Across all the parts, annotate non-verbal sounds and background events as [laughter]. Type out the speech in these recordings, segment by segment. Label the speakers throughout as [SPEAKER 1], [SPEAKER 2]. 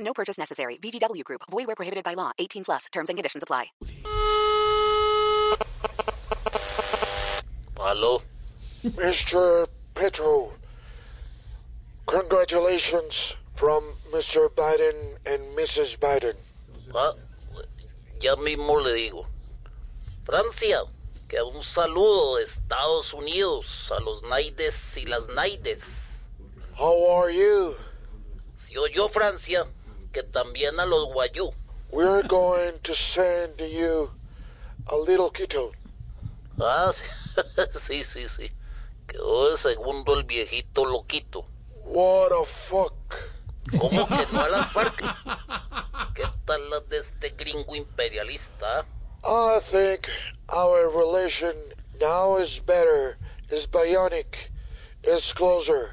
[SPEAKER 1] No purchase necessary. VGW Group. Void where prohibited by law. 18 plus. Terms and conditions apply.
[SPEAKER 2] Hello?
[SPEAKER 3] Mr. Petro, congratulations from Mr. Biden and Mrs. Biden.
[SPEAKER 2] Ah, ya mismo le digo. Francia, que un saludo de Estados Unidos a los naides y las naides.
[SPEAKER 3] How are you?
[SPEAKER 2] Si oyó Francia, que también a los guayú.
[SPEAKER 3] We're going to send you a little kitten.
[SPEAKER 2] Ah, sí, [laughs] sí, sí, sí. Quedó de segundo el viejito loquito.
[SPEAKER 3] What a fuck.
[SPEAKER 2] ¿Cómo que no a las parques? ¿Qué tal las de este gringo imperialista? ah?
[SPEAKER 3] I think our relation now is better, is bionic, is closer.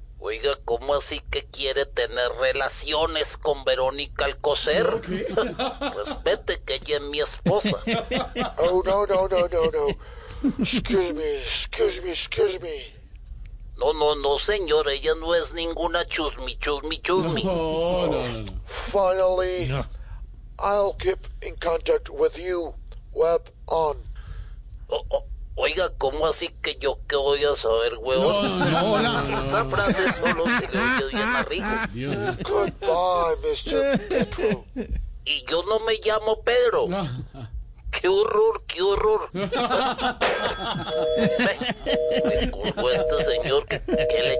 [SPEAKER 2] Oiga, ¿cómo así que quiere tener relaciones con Verónica Alcocer? [laughs] Respete que ella es mi esposa.
[SPEAKER 3] Oh, no, no, no, no, no. Excuse me, excuse me, excuse me.
[SPEAKER 2] No, no, no, señor, ella no es ninguna chusmi, chusmi, chusmi.
[SPEAKER 3] Finally, I'll keep in contact with you, web on.
[SPEAKER 2] O- o- oiga, ¿cómo así que yo qué voy a saber, huevón? Esa frase solo se le oye bien a Rigo.
[SPEAKER 3] Goodbye, Mr. Petro.
[SPEAKER 2] Y yo no me llamo Pedro. ¡Qué horror, qué horror! Ve, Disculpo a este señor que, que le